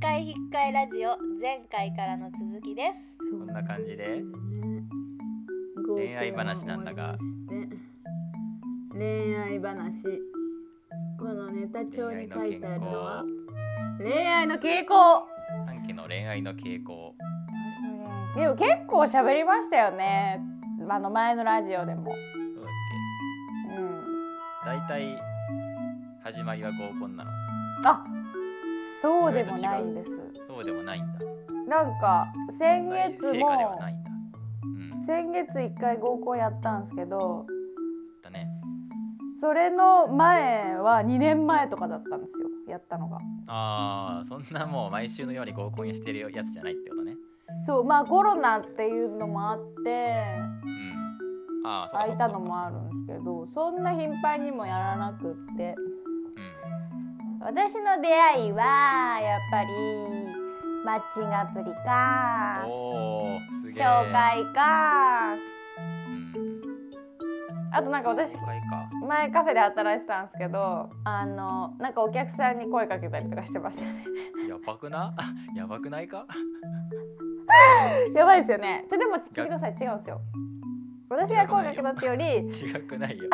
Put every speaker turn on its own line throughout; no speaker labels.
回ラジオ前回からの続きです
そ
んな感じで
恋
恋愛話なんだが
恋愛話このネタ帳に書いてあるのは
恋
恋愛の傾向
短期の恋愛の傾向
でも結構喋りましたよねあの前のラジオでも
どうだっけ大体始まりは合コンなの
うんあそうでもないんです
そうでもないんだ
なんか先月
そんな成
も
果ではないんだうんだ
先月一回合コンやったんですけど
ったね
それの前は2年前とかだったんですよやったのが
あーそんなもう毎週のように合コンしてるやつじゃないってことね
そうまあコロナっていうのもあって
うんああそう
空
かそ
いう
か
たのもあるんですけどそんな頻繁にもやらなくって
う
私の出会いはやっぱりマッチングアプリ
ん、
か
おーすげえ
紹、介か
うん、
あとなんか私
紹介か
前カフェで働いてたんですけどあのなんかお客さんに声かけたりとかしてました ね
やばくな やばくないか
やばいですよねそれでも聞いてください違うんですよ私が声かけたってより
違くないよ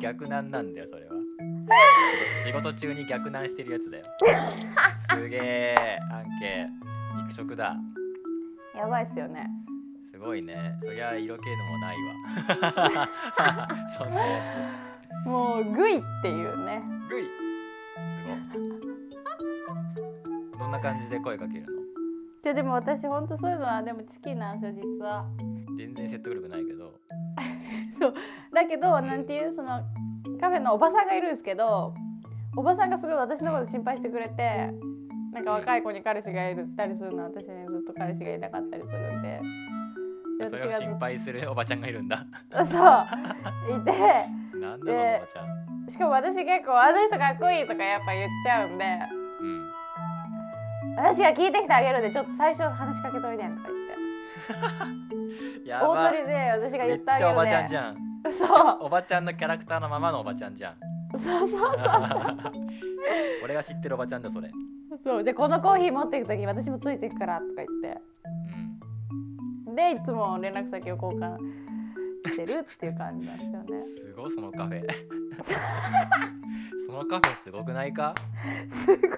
逆難なんだよそれは仕事中に逆難してるやつだよすげえアンケ肉食だ
やばいですよね
すごいねそりゃ色気のもないわ そんなや
もうグイっていうね
つぐいすごいどんな感じで声かけるの
じゃでも私ほんとそういうのはでもチキンなんですよ実は。
全然説得力ないけど
だけどなんていうそのカフェのおばさんがいるんですけどおばさんがすごい私のこと心配してくれてなんか若い子に彼氏がいるったりするの私にずっと彼氏がいなかったりするんでで
それ
私
を
がずっ
心配するおばちゃんがいるんだ
とそういて
なんだそのおばちゃん、
しかも私結構「あの人かっこいい」とかやっぱ言っちゃうんで
うん
「私が聞いてきてあげるんでちょっと最初話しかけといて」とか言って
や
大
ば
鳥で私が
め
言っ
って
あ
ち
げる
ゃお
ん
ば
で
ちゃんじゃん
そう
おばちゃんのキャラクターのままのおばちゃんじゃん。 俺が知ってるおばちゃんだそれ。
そうでこのコーヒー持っていく時私もついていくからとか言って。
うん。
でいつも連絡先を交換してるっていう感じなんですよね
すごいそのカフェ。 そのカフェすごくないか？
すごいで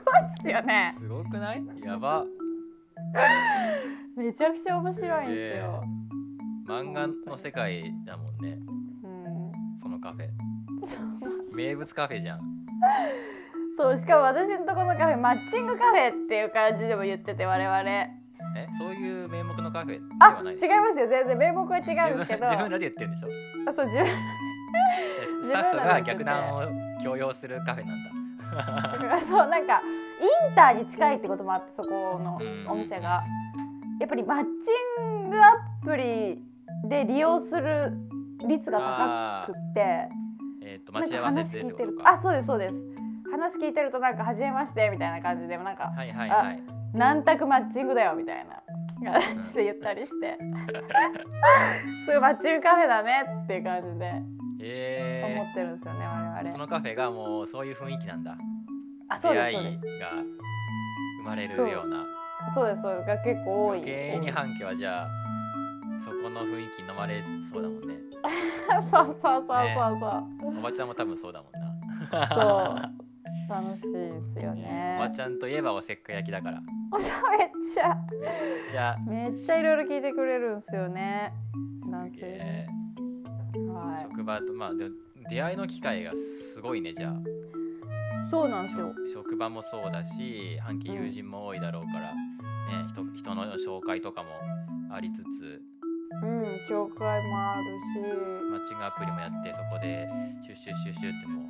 すよね
すごくない？やば。
めちゃくちゃ面白いんですよ、
漫画の世界だもんね。
うん、
そのカフェ。名物カフェじゃん。
そうしかも私のとこのカフェマッチングカフェっていう感じでも言ってて我々
え、そういう名目のカフェでは
あ
な
違い
い
ます
でしょ。
よ全然名目は違うんですけど
自分自分
あ
らで言ってるんでしょ。
そう自分
スタッフが逆談を強要するカフェなんだ。
そうなんかインターに近いってこともあってそこのお店がやっぱりマッチングアプリで利用する率が高
ああ
くって
ー。えっと
なん
待
か
ち合わせ
話
てっ
聞い
てこ
てる
とか。
あそうですそうです話聞いてるとなんか初めましてみたいな感じでなんか
はいはいはい。
何択マッチングだよみたいな感じで言ったりして すごいマッチングカフェだねっていう感じで
ええ
思ってるんですよね我
そ
々
のカフェがもうそういう雰囲気なんだ
あそう
出
です
会い
そう
が
です
生まれるような
そうですそうですが結構多い
余計に反響はじゃあそこの雰囲気飲まれそうだもんね
多いそうそうそうそう
ねおばちゃんも多分そうだもんな
そうそう楽しいですよね
おばちゃんといえばおせっかい焼きだから
おしゃめっちゃ
じゃあ
めっちゃいろいろ聞いてくれるんですよね男
すげ
性
え
はい
職場とまあで出会いの機会がすごいねじゃあ
そうなんですよ
職職場もそうだし半期友人も多いだろうから、ね人人の紹介とかもありつつ
うん紹介もあるし
マッチングアプリもやってそこでシュッシュッシュッシュッってもう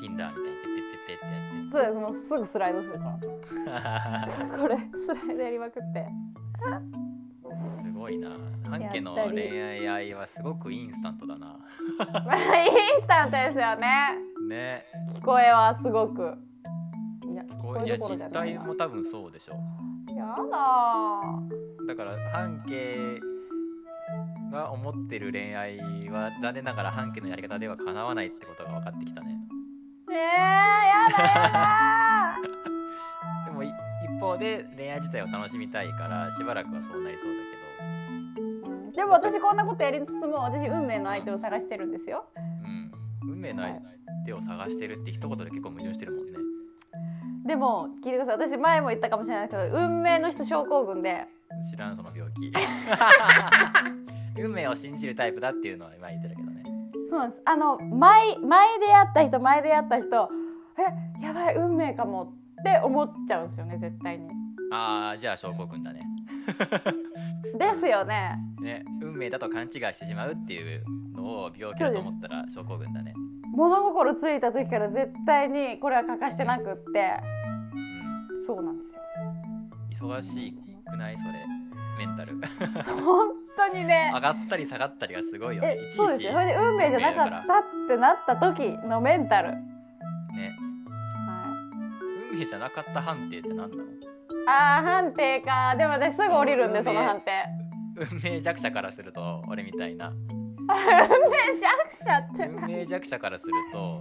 Tinder みたいにペッペッペッペッってやって
そうですもうすぐスライドするからこれスライドやりまくって
すごいな半家の
やったり
恋愛愛はすごくインスタントだな
まあインスタントですよね
ね
聞こえはすごくいや聞
こ
こ
うい
え
や
どころじゃ
実
ない
態
な
も多分そうでしょ
やだ
だから半家が思ってる恋愛は残念ながら半家のやり方ではかなわないってことが分かってきたね
ーえー、やだやだ
でもい一方で恋愛自体を楽しみたいからしばらくはそうなりそうだけ ど
うんでも私こんなことやりつつも私運命の相手を探してるんですよ
うん、運命の相手を探してるって一言で結構矛盾してるもんね。
でも聞いてください私前も言ったかもしれないですけど運命の人症候群で
知らんその病 気。運命を信じるタイプだっていうのは今言ってたけどね。
そうなんですあの前前で会った人前で会った人えやばい運命かもって思っちゃうんですよね絶対に
ああ、じゃあ証拠君だね。
ですよね
ね、運命だと勘違いしてしまうっていうのを病気だと思ったら症候群だね。
物心ついた時から絶対にこれは欠かしてなくって
うん、
そうなんですよ
忙しくないそれ。メンタ ル
本当にね
上がったり下がったりがすごいよね。
え
いちい
そうです
ち
よそれで運命じゃなかったってなった時のメンタル、はい、
ね、運命じゃなかった判定って何なの？
あー判定かでも私すぐ降りるんで
そ
そうの
ね
判定
運命弱者からすると俺みたいな
運命シャクシャって
運命弱者からすると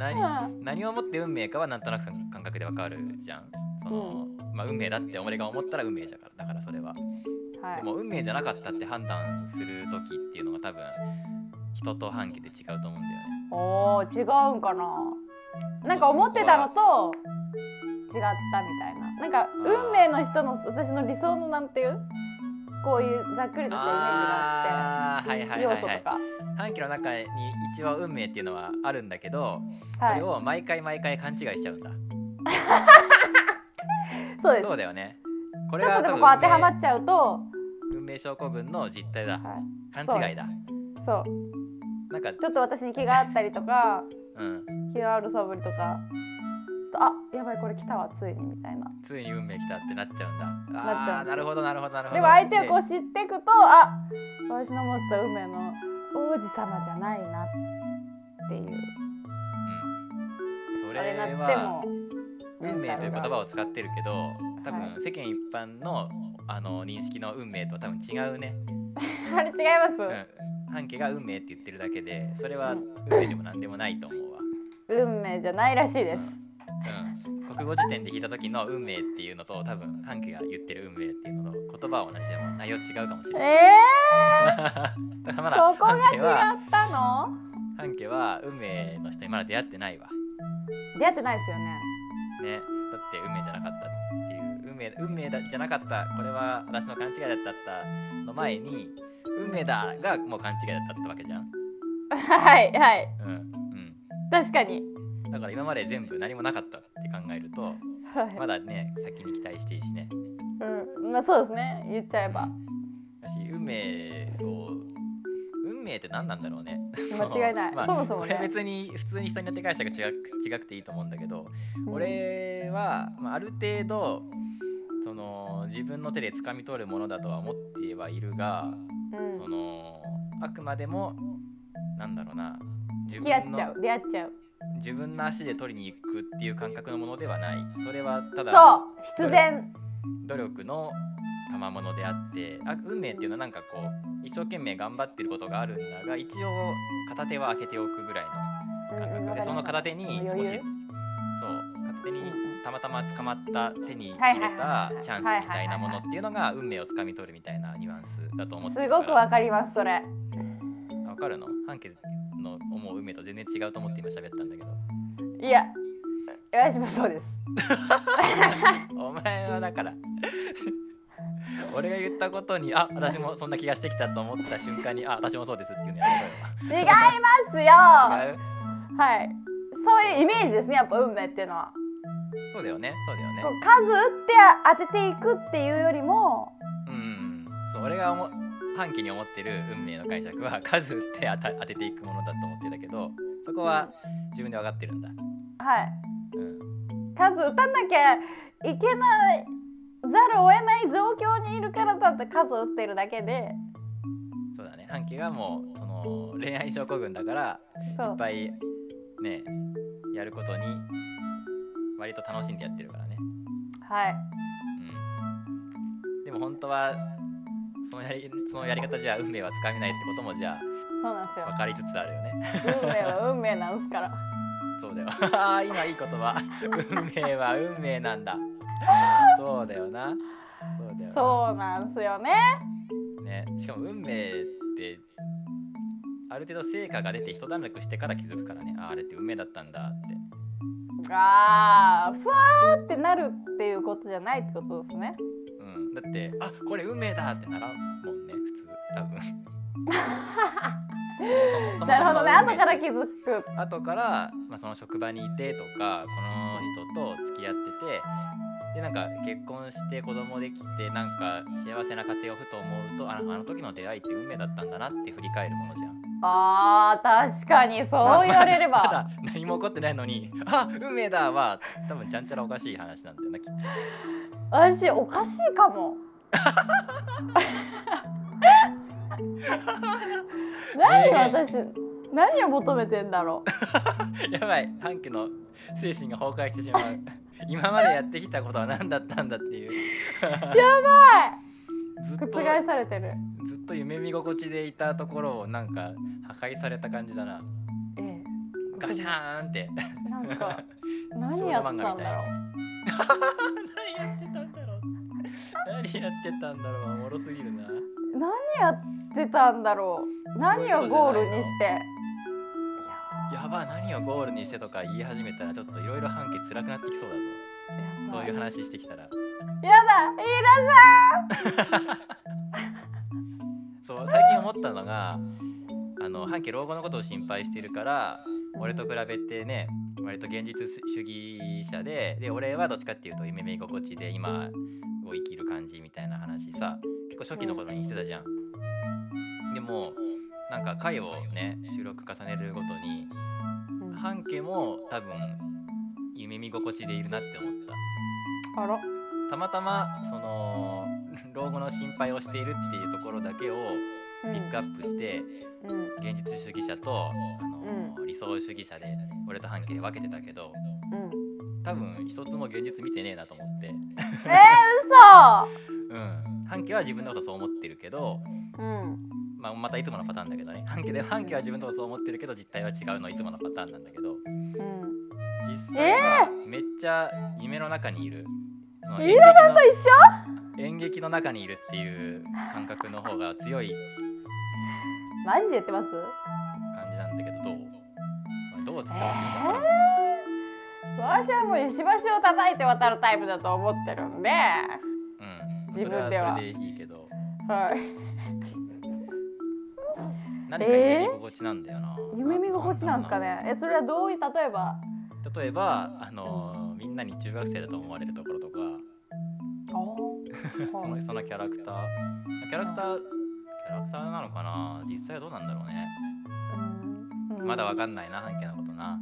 何
な
何をもって運命かはなんとなく感覚でわかるじゃんその、まあ、運命だって俺が思ったら運命だからだからそれは
は
で
い
も運命じゃなかったって判断する時っていうのが多分人と半期で違うと思うんだよね
おー違うんかななんか思ってたのと違ったみたいななんか運命の人の私の理想のなんていうこういうざっくりとしたイメージがあって
あーはいはい
要
はい
素と
はい
か
半期の中に一応運命っていうのはあるんだけど、
は
そ
い
れを毎回毎回勘違いしちゃうんだ
そうです
そうだよねこれ
ちょっと
が
でも
多分
こう当てはまっちゃうと
運命症候群の実態だ
は
勘
い
違いだ
いそう
なんか
ちょっと私に気があったりとか
うん
気のあるそぶりとかちょっとあやばいこれ来たわついにみたいな
ついに運命来たってなっちゃうんだ
なっちゃ
あ
う
ーなるほどなるほどなるほど
でも相手をこう知っていくとあ私の持ってた運命の王子様じゃないなっていう
うんそ
こ
れ
れなって
は
も
運命という言葉を使ってるけど多
は
分世間一般のあの認識の運命とは多分違うね、
あれ違います、
うん、半径が運命って言ってるだけでそれは
う
運命でも何でもないと思うわ、
運命じゃないらしいです、
うん、国語辞典で聞いた時の運命っていうのと多分半径が言ってる運命っていうのの言葉は同じでも内容違うかもしれない、
え
だからま
ー、
だ
そこが
半
違
径は
ったの
半径は運命の人にまだ出会ってないわ
出会ってないですよね
ね、だって運命じゃなかったっていう運命運命だじゃなかったこれは私の勘違いだったったの前に運命だがもう勘違いだったってわけじゃん、
はいはい
うん
確かに、
うん、だから今まで全部何もなかったって考えると
はい
まだね先に期待していいしね
うんまあ、そうですね言っちゃえば
だし運命を運命って何なんだろうね
間違いない、
まあ
そもそ
こ
も
れ
ね
別に普通に人によって解釈違く違くていいと思うんだけど
うん
俺は、まあ、ある程度その自分の手で掴み取るものだとは思ってはいるが、
うん
そのあくまでもなんだろうな自
付き合っ
分
ちゃ
の
う出会っちゃう
自分の足で取りに行くっていう感覚のものではないそれはただ
そう必然
努力の賜物であってあ運命っていうのはなんかこう一生懸命頑張ってることがあるんだが一応片手は開けておくぐらいの感
うんうんわ
覚
かり
でその
ます
片手に
余
少
裕
しそう片手にたまたま捕まった手に
はい
入
は
れ
いはい
た
はい
チャンスみたいなものっていうのが運命をつかみ取るみたいなニュアンスだと思って
す
る
ごくわ
か
かりますそれ
らわかるの半径の思う運命と全然違うと思って今喋ったんだけど
いやしましょうです
お前はだから 俺が言ったことにあ私もそんな気がしてきたと思った瞬間にあ私もそうですっていうのや
違いますよ
めろ
は
よ違う
いそういうイメージですねやっぱ運命っていうのは
そうだよねそうだよね
こう数打って当てていくっていうよりも
うんうんうんそう俺が思半期に思ってる運命の解釈は数打って当た当てていくものだと思ってたけどそこは自分で分かってるんだ、
はい
うん、
数打たなきゃいけないざるを得ない状況にいるからだって数を打ってるだけで
そうだね半期がもうその恋愛症候群だから
そ
いっ
う
ぱいねやることに割と楽しんでやってるからね、
はい
うん、でも本当はそのやりそのやり方じゃ運命はつかめないってこともじゃ
そうなんです
あ
よ
分かりつつあるよね
運命 は運命なんですから
そうだよ。ああ、今いい言葉。運命は運命なんだ。そうだよなそうだよな
そうなんすよね
ね、しかも運命ってある程度成果が出て一段落してから気づくからねああれって運命だったんだって
あーふわーってなるっていうことじゃないってことですね
うん、だってあこれ運命だってならんもんね普通多 分そもそもそもそも
なるほどね
運命
後から気づく
後から、まあ、その職場にいてとかこの人と付き合っててでなんか結婚して子供できてなんか幸せな家庭をふと思うとああの時の出会いって運命だったんだなって振り返るものじゃん
あー確かにそう言われれ
ま
ば
だ何も起こってないのに「あ運命だ!」は多分ちゃんちゃらおかしい話なんだよなきっと
私おかしいか も何を私何を求めてんだろう
やばい、ハンクの精神が崩壊してしま う。今までやってきたことは何だったんだって いう。
はい
ずっと
覆されてる
ずっと夢見心地でいたところをなんか破壊された感じだな。
ええ
ガシャーンって。
なん か
少
何
女
やってた
漫
ん
画
だ
みたいな
ろう。
何やってたんだろう。何やってたんだろう。おもろすぎるな。
何やってたんだろう
そうい
何
う
を
ことじゃないの
ゴールにしていや
やばい、何をゴールにしてとか言い始めたらちょっといろいろハンケ辛くなってきそうだぞ。
やば
そういう話してきたら。
やだ言い出さ
そう最近思ったのがあの半径老後のことを心配してるから俺と比べてね割と現実主義者でで俺はどっちかっていうと夢見心地で今を生きる感じみたいな話さ結構初期の頃にしてたじゃん。でもなんか回をね収録重ねるごとに
ん
半径も多分夢見心地でいるなって思った。
あら
たまたまその老後の心配をしているっていうところだけをピックアップして。
うんうん
現実主義者と、あの理想主義者で俺と半径で分けてたけど
うん
多分一つも現実見てねえなと思って、
えー、
うん、半径は自分のことそう思ってるけど、
嘘うん
まあ、またいつものパターンだけどね半径で半径は自分のことそう思ってるけど実態は違うのいつものパターンなんだけど
うん
実際はめっちゃ夢の中にいる。その
飯田
演劇の
と一緒
演劇の中にいるっていう感覚の方が強い
マジで言ってます
感じなんだけどどうどう
え
伝わるのかな
ー、私はもう石橋を叩いて渡るタイプだと思ってるんで
うん、
自分で
それ
は
はそれでいいけど
はい
何か夢見心地なんだよな、
夢見心地なんですかねえそれはどういう例えば
例えばあのーみんなに中学生だと思われるところとか
あー
そ
はい
のそのキャラクターキャラクターキャラクターなのかな実際はどうなんだろうね、
うんうん
まだわかんないな半径のことな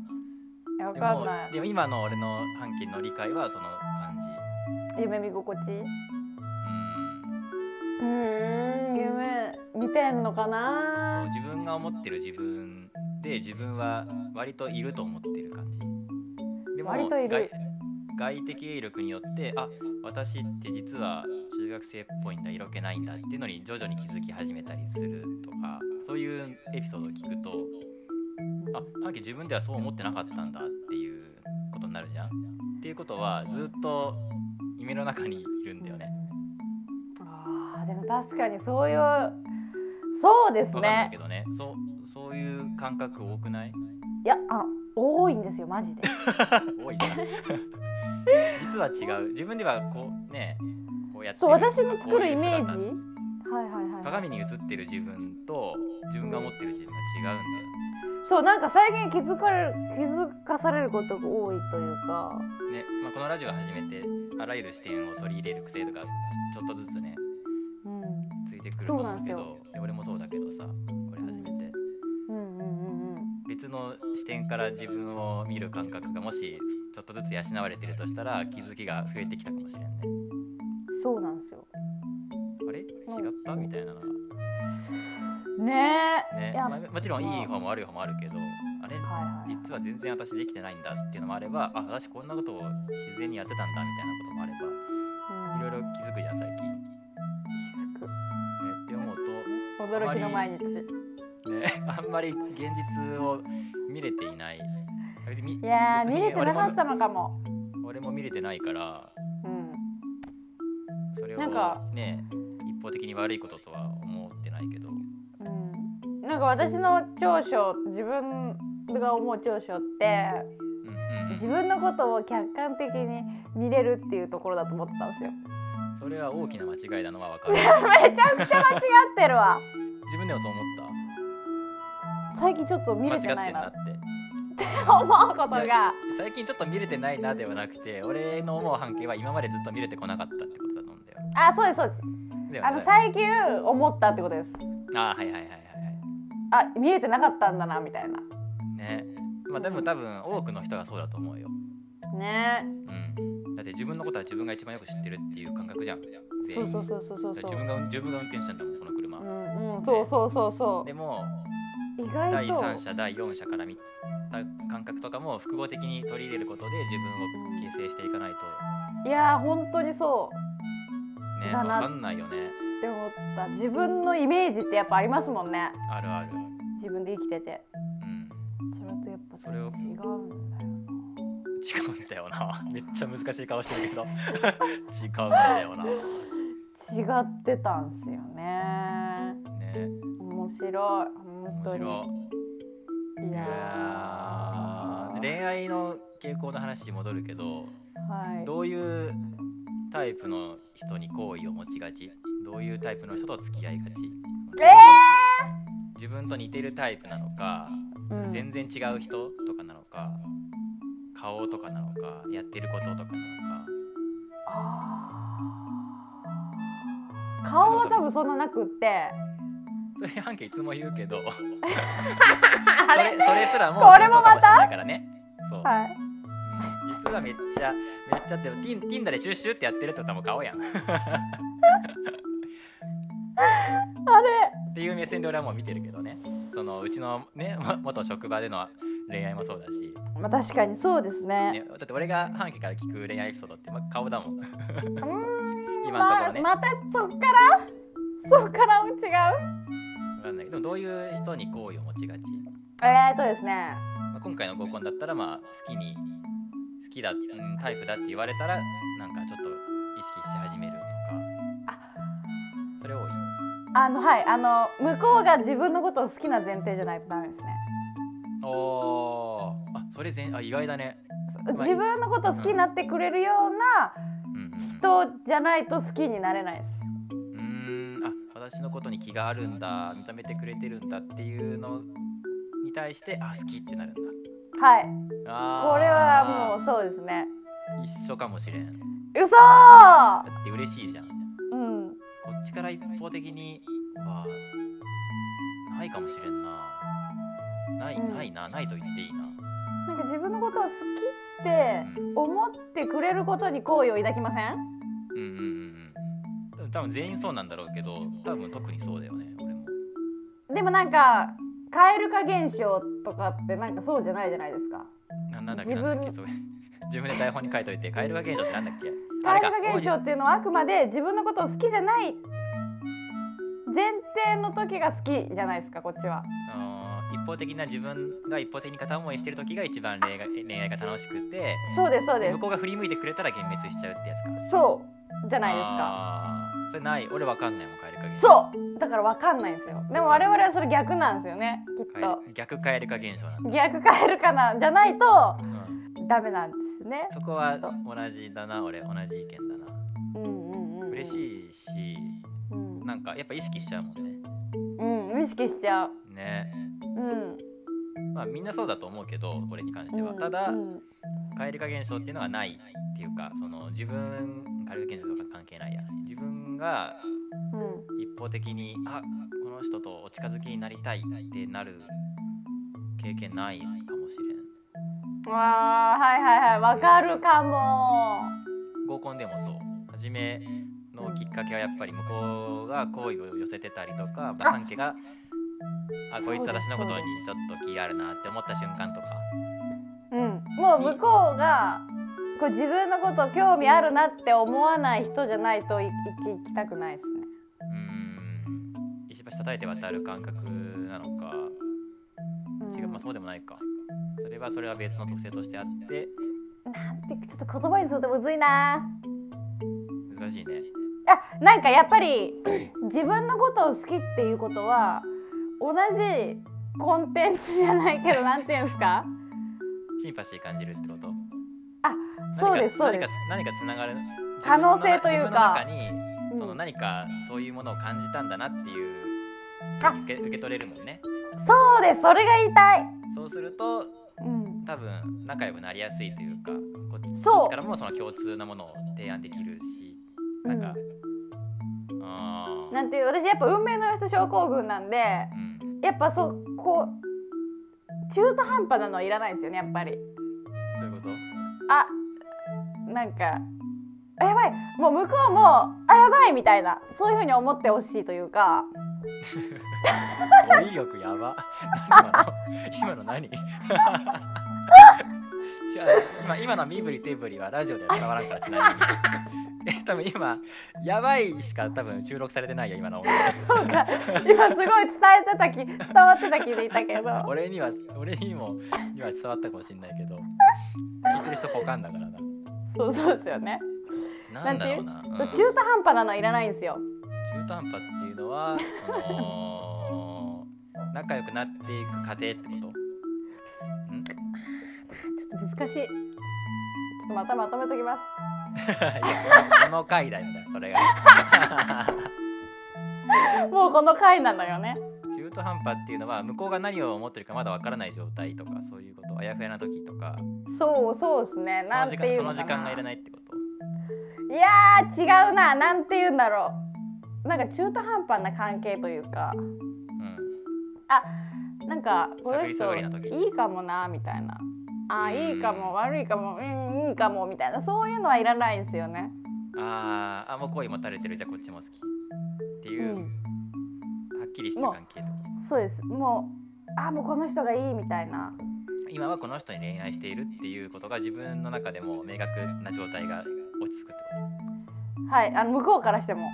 えわ
で
か
も
んない
でも今の俺の半径の理解はその感じ
夢見心地うーん夢見てんのか
うんそう
な
自分が思ってる自分で自分は割といると思ってる感じで
割といる
外外的影力によってあ私って実は中学生っぽいんだ色気ないんだっていうのに徐々に気づき始めたりするとかそういうエピソードを聞くとあ半径自分ではそう思ってなかったんだっていうことになるじゃん。っていうことはずっと夢の中にいるんだよね。
あーでも確かにそういうそうです
わかんない
ね
けどねそうそういう感覚多くない
いやあの多いんですよマジで
多いな実は違う自分ではこうねこうやってる
そう私の作るイメージ
こういう姿
はいはいはい
鏡に映ってる自分と自分が思ってる自分が違うん
そうなんか最近気づかれる気づかされることが多いというか
だよ、ねまあ、このラジオ始めてあらゆる視点を取り入れる癖とかちょっとずつね
うん
ついてくると思うけ
そうなん
どいや俺もそうだけどさこれ始めて
うんうんうんうん
別の視点から自分を見る感覚がもしちょっとずつ養われてるとしたら気づきが増えてきたかもしれんね
そうなんですよ
あれ違ったみたいなのが
ねえ、
ね
いや
まあもちろんいい方も悪い方もあるけどあれ
はいはい
実は全然私できてないんだっていうのもあればあ私こんなことを自然にやってたんだみたいなこともあればいろいろ気づくじゃん最近。ね、
うん、気づく
って思う
驚きの毎日
と、ね、 あんまり現実を見れていない。別に
いやー
別
見
に
れてなかったのかも
俺も俺も見れてないから
うん
それを
なんか
ね一方的に悪いこととは思ってないけど
うん、なんか私の長所自分が思う長所って
うんうん
自分のことを客観的に見れるっていうところだと思ってたんですよ。
それは大きな間違いなのは分かる
めちゃくちゃ間違ってるわ。
自分でもそう思
最近ちょっと見れ
った
て
間違っ
な
て
い
んなっ
な
て
思うこと
い
が
や最近ちょっと見れてないなではなくて俺の思う半径は今までずっと見れてこなかったってことだと思うんだよ
あそうですそうです。
で
あ
は
の
ね
最近思ったってことです。
あはいはいはいはいは
あ見れてなかったんだなみたいな。
いねまあでも多分多くの人がそうだと思うよ
ね。
うんだって自分のことは自分が一番よく知ってるっていう感覚じゃん全員
そうそうそうそうそう
だから
そ
自
う
分。が自分が運転したんだもんこの車、
うんうんそうそうそうそ
でも
う。意外と
第三者第四者から見た感覚とかも複合的に取り入れることで自分を形成していかないと
いやー本当にそう。
ね
だ
分
な
かんないよね
って思った自分のイメージってやっぱありますもんね
あるある
自分で生きてて
うん
それとやっぱ
それを
違うんだよ
違うんだよなめっちゃ難しい顔してる けど違うんだよな、
違ってたんすよね
ね、
面白い本当
面
に
白
い
いい
や
やー
ー
恋愛の傾向の話に戻るけど
はい
どういうタイプの人に好意を持ちがちどういうタイプの人と付き合いがち
え
自分と似てるタイプなのか、
うん
全然違う人とかなのか顔とかなのかやってることとかなのか
あー顔は多分そんななくって
それ半径いつも言うけど
あ
それそれすらも
これもま
幻想かしれないからねそう、
はい
うん実はめっちゃめっちゃってティンティンダでシュッシュってやってるってことはもう 顔やんっ
あれ
ていう目線で俺はもう見てるけどねそのうちのねも元職場での恋愛もそうだし、
まあ確かにそうですね
ね、だって俺が半径から聞く恋愛エピソードって、ま、顔だもん今のとこ
ま
ろ
あ
ね、
またそっからそっから違う
わかんないけどでもどういう人に好意を持ちがち、
えーとですね
まあ、今回の合コンだったらまあ好きに好きだ、うん、タイプだって言われたらなんかちょっと意識し始めるとかそれ多い
あのはいあの向こうが自分のことを好きな前提じゃないとダメですね。
おーあそれ全あ意外だねまあ
自分のことを好きになってくれるよう
うんうんうん
な人じゃないと好きになれないです。
うーんあ私のことに気があるんだ認めてくれてるんだっていうのに対してあ好きってなるんだ
はい、
あ
これはもうそうですね。
う一緒かもしれんだ
嘘
って嬉しいじゃんこ
うん。
っちから一方的にはないかもしれんなない
うん
ないなないと言っていいな、
なんか自分のことを好きって思ってくれることに好意を抱きません？
うん、うんうんうんうん多分全員そうなんだろうけど多分特にそうだよね俺も
でもなんか蛙化現象とかってなんかそうじゃないじゃないですか。
ななんだっけ
自
な
分
んだっけそう 自分で台本に書いといて「カエル化現象」ってなんだっけ
蛙化現象
あ
っていうのはあくまで自分のことを好きじゃない前提の時が好きじゃないですかこっちは。
の一方的な自分が一方的に片思いしてる時が一番恋愛恋愛が楽しくて
そうですそうです
向こうが振り向いてくれたら幻滅しちゃうってやつか
そうじゃないですか
あーそれない俺わかんないもんカエル化現象
そうだからわかんないんですよでも我々はそれ逆なんですよねきっ
カエ
と
ル逆カエル化現象なんだ、
逆変えるかなじゃないと
うん
ダメなんですね
そこは
きっと
同じだな俺同じ意見だな
うんうんうん
嬉
い
しいし
うん、
なんかやっぱ意識しちゃうもんね
うん、意識しちゃう
ね
うん
まあみんなそうだと思うけどこれに関しては、
うん
ただ、
うん
蛙化現象っていうのはないっていうかその自分蛙化現象とか関係ないや自分が
うん
一方的にあこの人とお近づきになりたいってなる経験ないかもしれん
わーはいはいはいわかるかも
合コンでもそう初めのきっかけはやっぱり向こうが好意を寄せてたりとか
あ
半家があこいつ私のことにちょっと気があるなって思った瞬間とか
うんもう向こうがこう自分のこと興味あるなって思わない人じゃないとい行き行きたくないですね
うーん石橋叩いて渡る感覚なのか
うん
違うまあそうでもないかそれはそれは別の特性としてあって
なんてちょっと言葉にするとむずいな
難しいね
あなんかやっぱり自分のことを好きっていうことは同じコンテンツじゃないけどなんていうんですか
シンパシー感じるってこと
あそうですそう
何
で
か
す
何かつながる
可能性というか
自分の中にその何かそういうものを感じたんだなっていう
あ
受け受け取れるもんね
そうですそれが言いたい、
そうすると
うん、
多分仲良くなりやすいというかこっち
そう
こっちからもその共通なものを提案できるしなんか、あー
なんていう私やっぱ運命の人症候群なんで
うん
やっぱそうこう中途半端なのはいらないですよねやっぱり
どういうこと
あなんかあやばいもう向こうもあやばいみたいなそういうふうに思ってほしいというか
語彙力やば。 何今の今の何 しゃ今今の身振り手振りはラジオでは伝わらんからちなみに。 え多分今やばいしか多分収録されてないよ今の俺。
そう か今すごい伝えてた気伝わってた気でいたけど
俺には俺にもには伝わったかもしれないけど。聞いてる人ポカンだからな。
そうそうですよね、
なんだろうな。
そう
うん
中途半端なのはいらないんですよ
中途半端っていうの はその仲良くなっていく過程ってこと。 ん
ちょっと難しいちょっとまたまとめときます
いやこのこの回だよねそれ が。
もうこの回なのよね
中途半端っていうのは向こうが何を思ってるかまだわからない状態とかそういうことあやふやな時とか
そうそうですね
そ
な
の
んて
時
い
間
う
そ
の
の
か
時間が
ないい
らないってこと
やー違うななんて言うんだろうなんか中途半端な関係というかあなんかこの
探
人
り探りな時
いいかもなみたいなあー
うん
いいかも悪いかもうんいいかもみたいなそういうのはいらないんですよね
うんあーあもう好意持たれてるじゃあこっちも好きっていう、
う
は
ん
っきりした関係とか
そうですもうあーもうこの人がいいみたいな
今はこの人に恋愛しているっていうことが自分の中でも明確な状態が落ち着くってこ
はいあの向こうからしても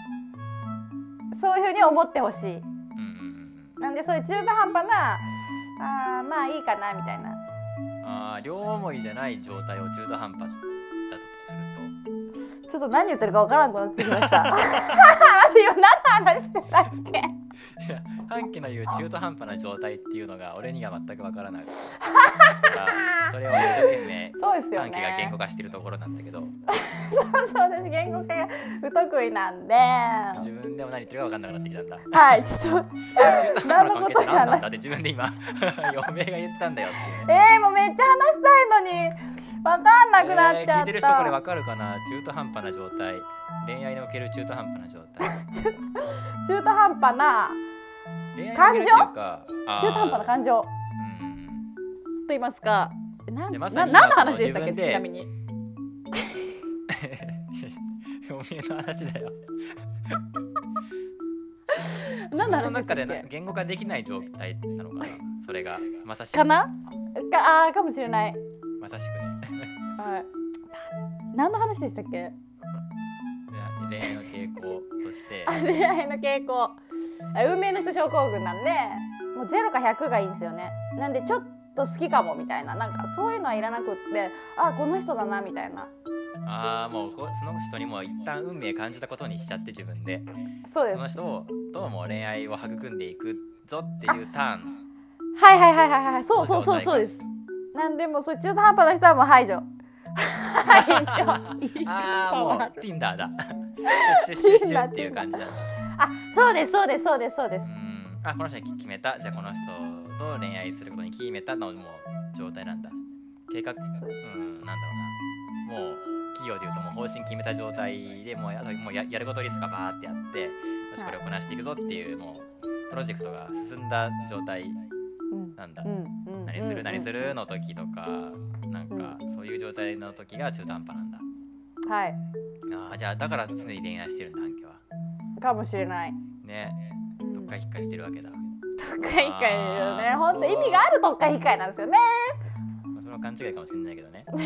そういうふうに思ってほしい
とうんうん
なんでそういう中途半端なあーまあいいかなみたいな
うんうんあー両思いじゃない状態を中途半端だとすると
ちょっと何言ってるかわからんくなってきました今何の話してたっけ
いや半家の言う中途半端な状態っていうのが俺には全くわからないからそれを一生懸命
そうですよ
半
ね
家が言語化してるところなんだけど
そうそう私言語化が不得意 なんで
自分でも何言ってるか分かんなくなってきたんだ
はいちょっと
中途
何
半端な
の
関
こ
係
と
っ
や
て何
ら
なんだって自分で今 嫁が言ったんだよっていうね
えー、もうめっちゃ話したいのにわかんなくなっちゃ
えー聞
った、
いてる人これ分かるかな中途半端な状態恋愛における中途半端な状態
中途半端な
恋愛におけるっていうか
中途半端な
じ
感情と
うん
言いますかな
で
ん
まさ
な
に
何の
今この
話でしたっけ
自分で
ちなみに
おめえの話だよ。
何の話でしたっ
自分の中でな
け
言語化できない状態なのかな。それがまさしく
かなかあーかもしれない、
まさしくね。
はい、何の話でしたっけ
恋愛の傾向として
あ恋愛の傾向あ運命の人症候群なんでもう0か100がいいんですよねなんでちょっと好きかもみたいななんかそういうのはいらなくってあこの人だなみたいな
ああもうこその人にも一旦運命感じたことにしちゃって自分で
そうで
そ
す
の人をどうも恋愛を育んでいくぞっていうターン
はいはいはいはいはいそうそうそうそうですなんでもうそっちの半端な人はもう 排除排除
ああもう Tinder だシュッシュッシュッシュッっていう感じだ
あそうですそうですそうですそうです
うんあこの人に決めたじゃあこの人と恋愛することに決めたのもう状態なんだ計画うんなんだろうなもう企業でいうともう方針決めた状態でもうやもうややることリスクがバーってやってよしこれをこなしていくぞっていうもうプロジェクトが進んだ状態
うん
なんだ、
うんうん
何する何す
うんう
る
ん
の時とかなんかそういう状態の時が中途半端なんだ
はい
あーじゃあだから常に恋愛してるんだ半家は
かもしれない
ねどっか引っかしてるわけだ
特会会ですよね
あー
本当意味がある特会会なんです よね
まあそれは勘違いかもしれないけどね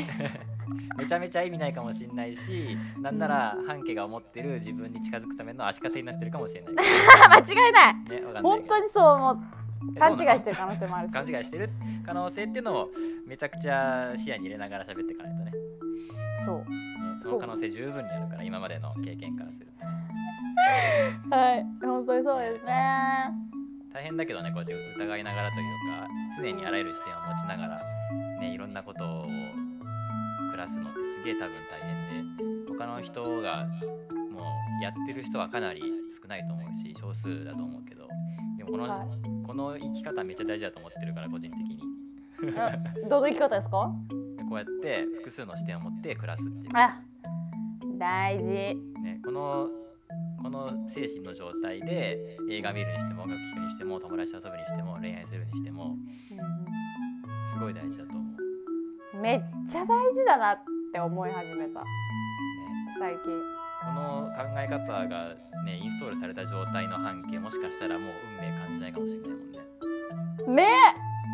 めちゃめちゃ意味ないかもしれないしなんなら半家が思ってる自分に近づくための足かせになってるかもしれないけ
間違いない
どねわかんない
本
けど
当にそう思う
え
勘違い
そうなの
してる可能性もあるし
勘違いしてる可能性っていうのをめちゃくちゃ視野に入れながら喋っていかないとねね
そう
その可能性十分にあるから今までの経験からすると
はい本当にそうですね
大変だけどねこうやって疑いながらというか常にあらゆる視点を持ちながら、ね、いろんなことを暮らすのってすげえ多分大変で他の人がもうやってる人はかなり少ないと思うし少数だと思うけどでもこの,、
は
この生き方めっちゃ大事だと思ってるから個人的に
あ どの生き方ですか
こうやって複数の視点を持って暮らすっていう
あ大事
ね、このこの精神の状態で映画見るにしても音楽聴くにしても友達と遊ぶにしても恋愛するにしてもすごい大事だと思う、ね、
めっちゃ大事だなって思い始めた最近
この考え方が、ね、インストールされた状態の半径もしかしたらもう運命感じないかもしれないもんね。
ね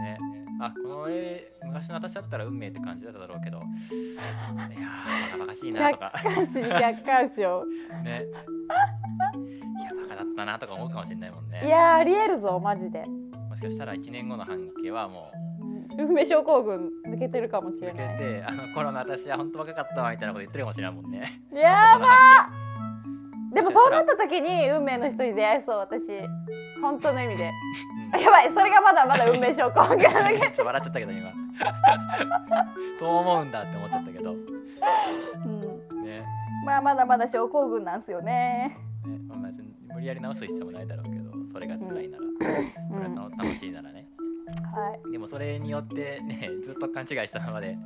ねあこの絵昔の私だったら運命って感じだっただろうけどいやーバカバカしいなと
客
か
観視客観視を
ねいやバカだったなとか思うかもしれないもんね。
いやーありえるぞマジで
もしかしたら1年後の半径はもう
運命症候群抜けてるかもしれ
抜
ない
けてあの頃の私は本当若かったわみたいなこと言ってるかもしれないもん ね。
いや
その半
ーでもそうなった時に運命の人に出会えそう私本当の意味であやばいそれがまだまだ運命症候群
径うんちょっと笑っちゃったけど今 そう思うんだって思っちゃったけど、
うん
ねね
まあまだまだ症候群なんすよね
まあ、別に無理やり直す必要もないだろうけどそれが辛いなら、それが楽楽しいならね
はい
でもそれによって、ね、 ずっと勘違いしたままで、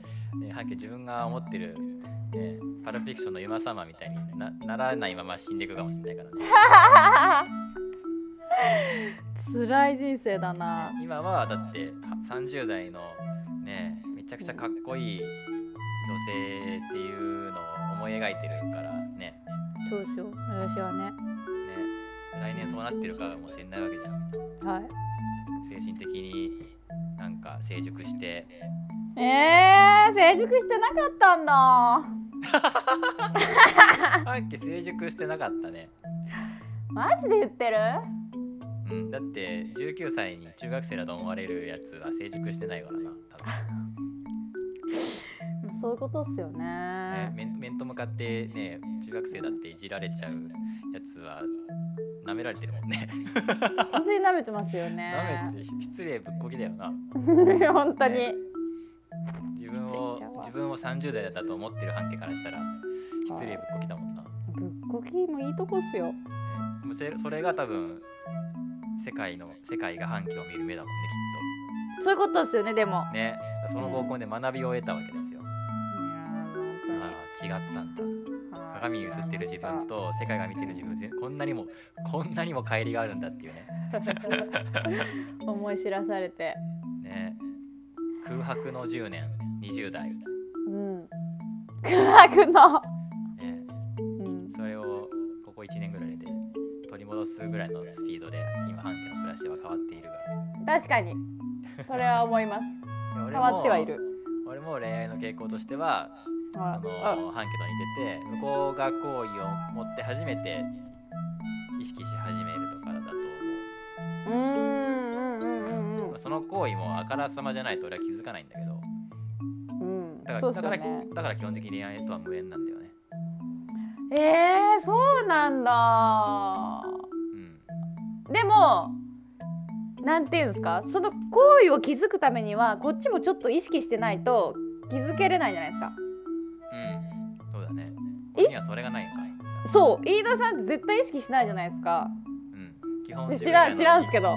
ね、半径自分が思ってる、ね、パルプフィクションの今様みたいになならないまま死んでいくかもしれないからね。
辛い人生だな
今はだっては30代のねめちゃくちゃかっこいい女性っていうのを思い描いてるからねね
そうしよう私はね
来年そうなってるかもしれないわけじゃん
は
精神的になんか成熟して
いえー、成熟してなかったんだ
半径成熟してなかったね、
マジで言ってる
うん、だって19歳に中学生だと思われるやつは成熟してないからな多分
そういうことっすよね
ね、面面と向かってね中学生だっていじられちゃうやつは舐められてるもんね
本当に舐めてますよ
な
ね
めて失礼ぶっこきだよな
本当に、
ね自分
失礼し
を
ちゃうわ
自分を30代だと思ってる半径からしたら失礼ぶっこきだもんな、
ぶっこきもいいとこっすよ
でもそれそれが多分世界の世界が半径を見る目だもんね
そういうことっすよねでもいや
きっとねその合コンで学びを得たわけですよ、
ー本当に
ああ違ったんだ
はい
鏡に映ってる自分と世界が見てる自分ぜこんなにもこんなにも乖離があるんだっていうね
思い 知らされて
ね空白の10年20代、ね、
うん空白の、うん、
それをここ1年ぐらいで取り戻すぐらいのスピードで今半径の暮らしは変わっているが
確かにそれは思います
で俺
変
も
わってはいる
俺も恋愛の傾向としてはそ
ああ
の半径と似てて向こうが好意を持って初めて意識し始めるとかだと思
うんうんうん
う、まあその行為もあからさまじゃないと俺は気づかないんだけど
うんうん
だから
そうっす
だ
よ
から
ね
だから基本的に恋愛とは無縁なんだよね
えー、そうなんだ
うん
でもなんていうんですかその行為を気づくためにはこっちもちょっと意識してないと気づけれないじゃないですか
うんそうだね
意識
俺にはそれがないから
そう飯田さんって絶対意識しないじゃないですか
うん基本
で知
自分な
ら
の
ん
に
知らんすけど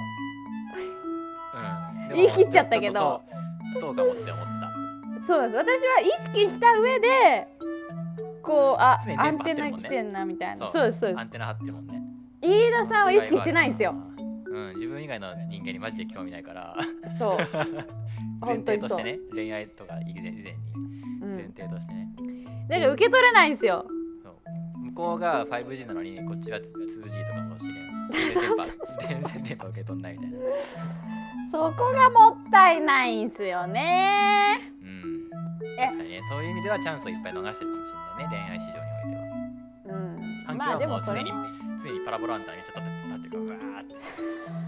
うんでも
言い切っちゃったけど
ちょっとそうそうかもって思った
そうなんです私は意識した上でこうあ
常に
ア
電
ン
波
テ
張
ナ
ってるもん
来
ね
てんなみたいな
そう
そうですそうで
ア
す
ンテナ張ってるもんね
飯田さんは意識してないんですよ
うん自分以外の人間にマジで興味ないから
そう
前
本当
提
に
と
そ
し
う
て、ね恋愛とか以前に
う
前
ん、
提としてね、
だから受け取れないんですよ
そう向こうが 5G なのにこっちは 2G とかもし れん全然電波全然電波受け取んないみたいな
そこがもったいないんですよね
うん
え
確かにねそういう意味ではチャンスをいっぱい逃してるかもしれないね恋愛市場においては
うん
反
まあ
響
で
はも
も
う
そ
常
れ
に、
も
常にパラボランターにちょっと立ってるからわ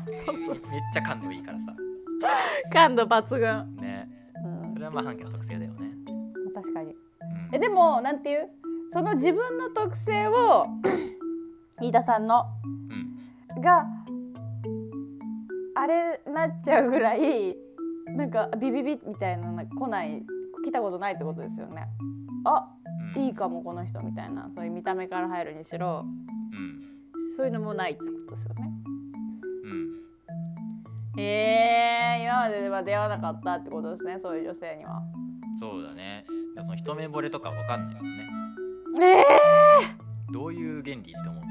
ーってめっちゃ感度いいからさ
感度抜群、
ね
うん
それはまあ半径の特性だよね、
確かに
うん
えでもなんていうその自分の特性を 飯田さんの
うん
があれなっちゃうぐらいなんかビビビみたいなのが来ない来たことないってことですよね。あ
うん
いいかもこの人みたいなそういう見た目から入るにしろ
うん
そういうのもないってことですよね。
うん
えー、今まででは出会わなかったってことですねそういう女性には。
そうだねだからその一目惚れとかわかんないもんね
え
どういう原理って思う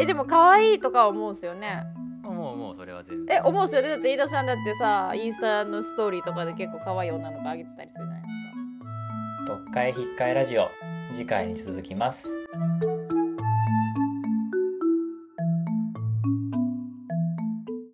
えでも可愛いとか思うんですよね。
もうもうそれは全然
え思うんですよねだって飯田さんだってさインスタのストーリーとかで結構可愛い女の子あげてたり するじゃないですか。
読解引っかえラジオ次回に続きます